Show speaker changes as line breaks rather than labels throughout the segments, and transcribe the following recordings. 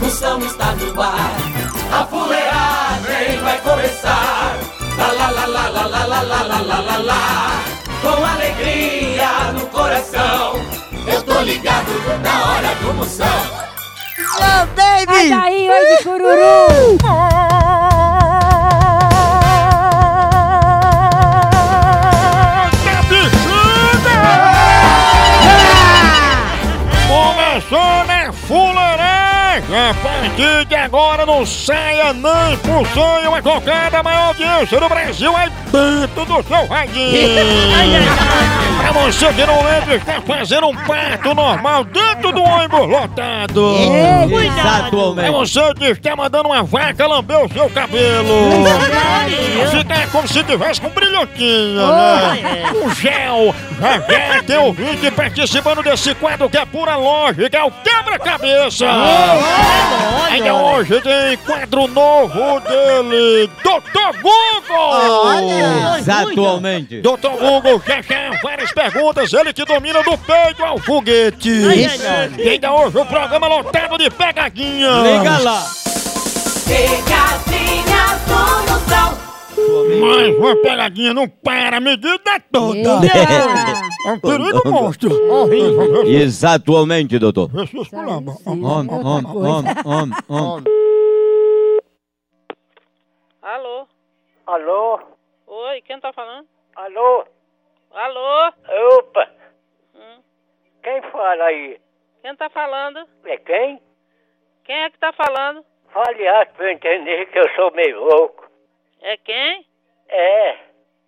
Moção está no ar, a fuleagem vai começar. Lá lá lá lá lá lá lá lá lá lá lá lá, com alegria no coração, eu tô ligado na hora do Moção.
Oh,
Sai
baby!
daí, oi de cururu!
Começou na fuleiragem! A partir de agora não saia nem por sonho a tocada maior audiência do Brasil é dentro do seu radinho! pra você que não lembra, está fazendo um parto normal dentro do ônibus lotado! É
Exatamente.
você que está mandando uma vaca lamber o seu cabelo! Fica como se tivesse com brilhotinho, né? Um gel! Já já tem ouvinte participando desse quadro que é pura lógica, é o quebra-cabeça! Ainda hoje tem quadro novo dele, Dr. Google!
Exatamente.
Dr. Google já tem várias perguntas, ele que domina do peito ao foguete! E ainda hoje o programa lotado de pegadinhas!
Liga lá.
Pegadinha do Moção.
Mais uma pegadinha, não para, a medida toda! É um perigo monstro! Horrível!
Exatamente, doutor.
Jesus colamba!
Homem, homem, homem, homem, homem.
Alô?
Alô?
Oi, quem tá falando?
Alô?
Alô?
Opa!
Hum.
Quem fala aí?
Quem tá falando?
É quem?
Quem é que tá falando?
Fale alto pra eu entender que eu sou meio louco.
É quem?
É,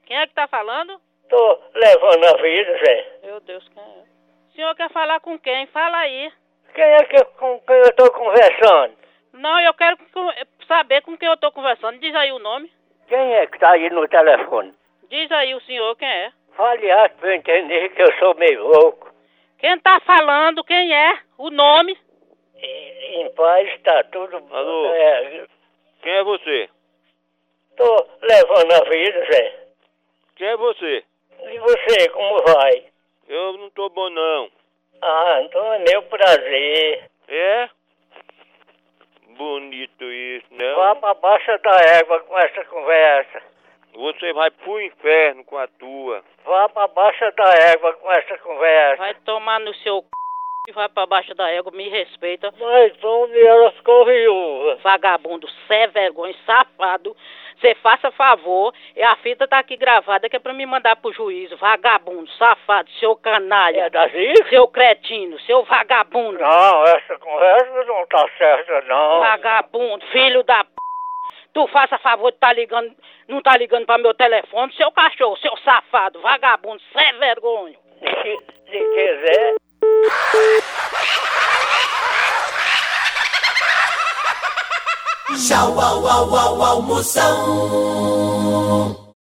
Quem é que tá falando?
tô levando a vida, Zé.
Meu Deus, quem é? O senhor quer falar com quem? Fala aí.
Quem é que eu, com quem eu tô conversando?
Não, eu quero co- saber com quem eu tô conversando. Diz aí o nome.
Quem é que tá aí no telefone?
Diz aí o senhor quem é.
Fale alto pra eu entender que eu sou meio louco.
Quem tá falando? Quem é? O nome?
E- em paz tá tudo bom.
Alô?
É,
Quem é você?
tô levando a vida, Zé.
Quem é você?
E você, como vai?
Eu não tô bom não.
Ah, então é meu prazer.
É? Bonito isso, né?
Vá pra baixa da égua com essa conversa.
Você vai pro inferno com a tua.
Vá pra baixa da égua com essa conversa.
Vai tomar no seu c... e vai pra baixo da égua. Me respeita.
Mas onde ela ficou viúva?
Vagabundo, sem vergonha, safado. Você faça favor, e a fita tá aqui gravada que é pra me mandar pro juízo. Vagabundo, safado, seu
É
canalha,
da Zica?
seu cretino, seu vagabundo,
Não, essa conversa não tá certa, não.
Ah. vagabundo, filho da p. Tu faça favor de tá ligando, não tá ligando pra meu telefone, seu cachorro, seu safado, vagabundo, sem vergonha.
Se, se quiser,
Tchau, au, au, au, au, Moção.